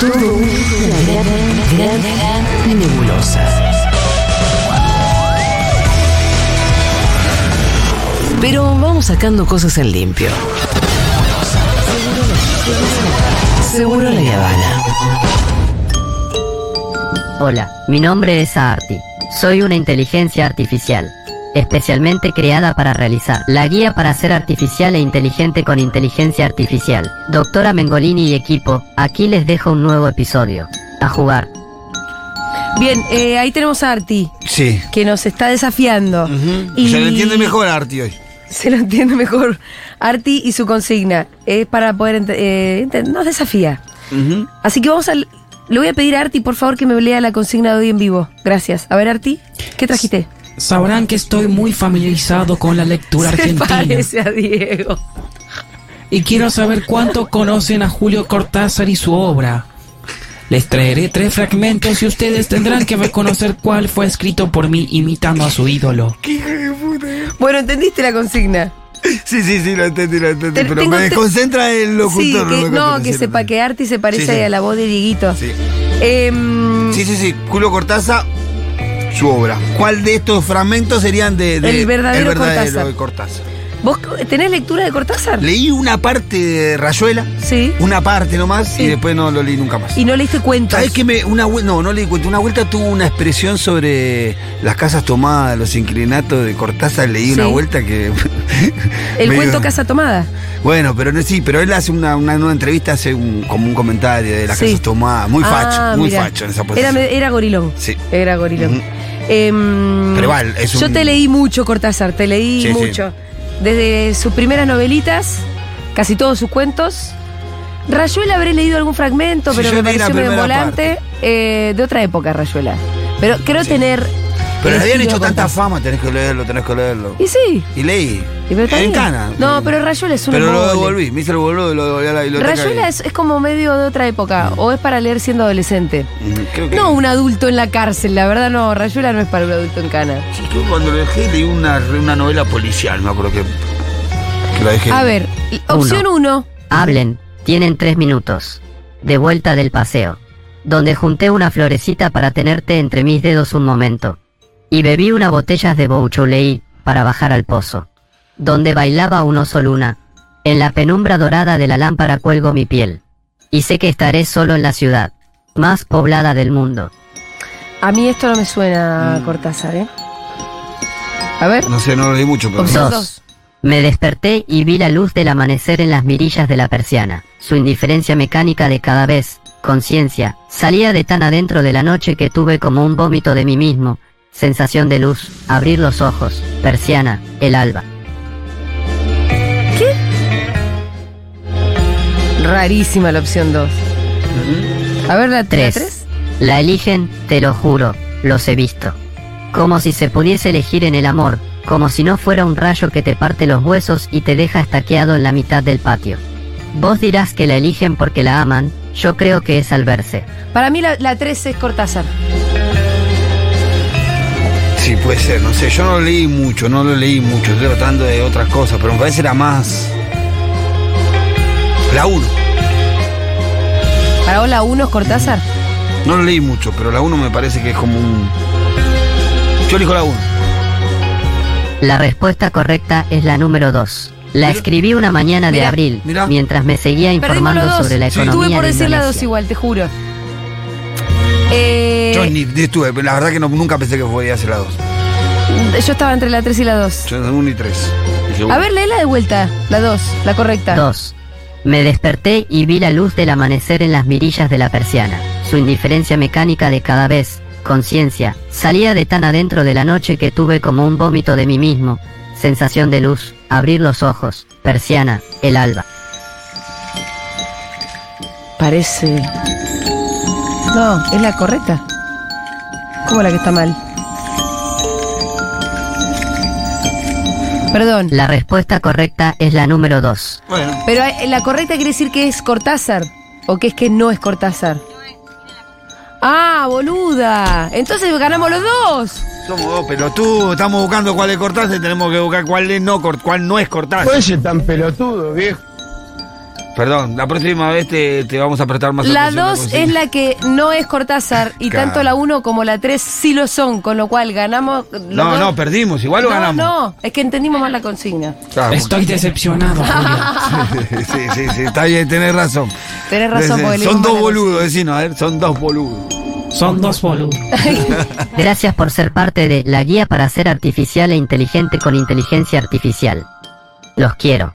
Todo una gran, gran, gran nebulosa. Pero vamos sacando cosas en limpio. Seguro la Habana. Hola, mi nombre es Arti. Soy una inteligencia artificial, especialmente creada para realizar la guía para ser artificial e inteligente con inteligencia artificial. Doctora Mengolini y equipo, aquí les dejo un nuevo episodio. A jugar. Bien, eh, ahí tenemos a Arti, Sí. que nos está desafiando. Ujú. Y- Se lo entiende mejor a Arti hoy. Se lo entiende mejor. Arti y su consigna es para poder... ente- eh, ente- nos desafía. Ujú. Así que vamos a... Le voy a pedir a Arti, por favor, que me lea la consigna de hoy en vivo. Gracias. A ver, Arti, ¿qué trajiste? Sabrán que estoy muy familiarizado con la lectura Se argentina parece a Diego. y quiero saber cuánto conocen a Julio Cortázar y su obra. Les traeré tres fragmentos y ustedes tendrán que reconocer cuál fue escrito por mí imitando a su ídolo. Bueno, ¿entendiste la consigna? Sí, sí, sí, lo entendí, lo entendí. Te- pero tengo me te- desconcentra el locutor. sí, lo que, no, concentra, que sí, sepa lo que Arti se parece Sí, sí. a la voz de Dieguito. Sí. Em, Sí, sí, sí. Julio Cortázar, su obra. ¿Cuál de estos fragmentos serían de, de- El verdadero Cortázar. de Cortázar? ¿Vos tenés lectura de Cortázar? Leí una parte de Rayuela, sí. una parte nomás, Sí. y después no lo leí nunca más. Y no leíste cuentos. ¿Sabes que me, una vuelta, no, no le di cuenta, una vuelta tuvo una expresión sobre las casas tomadas, los inclinatos de Cortázar, leí una Sí. vuelta que... El medio- cuento Casa Tomada. Bueno, pero no, sí, pero él hace una, una, una entrevista, hace un, como un comentario de las Sí. casas tomadas, muy Ah, facho, muy mirá. facho en esa Era, posición. me- era gorilón. Sí. Era gorilón. Ujú. Em, Pero igual, es Yo un- te leí mucho, Cortázar, te leí Sí, sí. mucho. Desde sus primeras novelitas, casi todos sus cuentos. Rayuela habré leído algún fragmento, Sí, pero yo me leí la pareció medio primera volante. eh, de otra época, Rayuela. Pero creo tener. Pero el le habían estilo hecho de tanta Cortázar. fama, tenés que leerlo, tenés que leerlo. Y sí. Y leí. y pero está en bien. cana. No, pero Rayuela es un Pero lo embole. devolví, me hice lo boludo y lo devolví a la biblioteca. Rayuela y- es, es como medio de otra época, o es para leer siendo adolescente. Ujú, Mm, Creo que No un adulto en la cárcel, la verdad no, Rayuela no es para un adulto en cana. Sí, yo cuando lo dejé leí una, una novela policial, me acuerdo que, que la dejé. A ver, l- opción uno. Hablen, tienen tres minutos. De vuelta del paseo, donde junté una florecita para tenerte entre mis dedos un momento. Y bebí una botella de Bouchulei para bajar al pozo, donde bailaba un oso luna. En la penumbra dorada de la lámpara cuelgo mi piel. Y sé que estaré solo en la ciudad, más poblada del mundo. A mí esto no me suena Mm. Cortázar, ¿eh? A ver, No sé, no lo leí mucho, pero. opción Dos. dos. Me desperté y vi la luz del amanecer en las mirillas de la persiana. Su indiferencia mecánica de cada vez, conciencia, salía de tan adentro de la noche que tuve como un vómito de mí mismo. Sensación de luz, abrir los ojos, persiana, el alba. Rarísima la opción dos. A ver la 3. Tres. La eligen, te lo juro, los he visto. Como si se pudiese elegir en el amor, como si no fuera un rayo que te parte los huesos y te deja estaqueado en la mitad del patio. Vos dirás que la eligen porque la aman, yo creo que es al verse. Para mí la, la tres es Cortázar. Sí, puede ser, no sé. Yo no lo leí mucho, no lo leí mucho. Estoy tratando de otras cosas, pero me parece la más. La 1. Para vos la uno es Cortázar. No lo leí mucho, pero la 1 me parece que es como un. Yo elijo la 1. La respuesta correcta es la número 2. La escribí una mañana de Mirá, abril, mirá. mientras me seguía Perdimos informando los dos. sobre la economía Estuve por de decir la Indonesia. dos igual, te juro. Eh, Yo ni, ni estuve, pero la verdad que no- nunca pensé que podía hacer la 2. yo estaba entre la 3 y la 2. Yo 1 y 3. A ver, léela de vuelta. La 2, la correcta. 2. Me desperté y vi la luz del amanecer en las mirillas de la persiana. Su indiferencia mecánica de cada vez, conciencia, salía de tan adentro de la noche que tuve como un vómito de mí mismo. Sensación de luz, abrir los ojos, persiana, el alba. Parece. No, es la correcta. ¿Cómo la que está mal? Perdón. La respuesta correcta es la número 2. Bueno. Pero eh, la correcta quiere decir que es Cortázar. O que es que no es Cortázar. Ah, boluda. Entonces ganamos los dos. Somos dos pelotudos, estamos buscando cuál es Cortázar y tenemos que buscar cuál, es no, cor- cuál no es Cortázar. Oye, tan pelotudo, viejo. Perdón, la próxima vez te, te vamos a prestar más La atención. 2 es la que no es Cortázar y Claro. tanto la 1 como la 3 sí lo son, con lo cual ganamos. los No, dos. no, perdimos, igual lo no, ganamos. No, es que entendimos mal la consigna. Claro, Estoy decepcionado, Julio. sí, sí, sí, está bien, tenés razón. Tenés razón, porque le Son dimos dos mal la boludos, decimos, a ver, son dos boludos. Son dos boludos. Gracias por ser parte de la guía para ser artificial e inteligente con inteligencia artificial. Los quiero.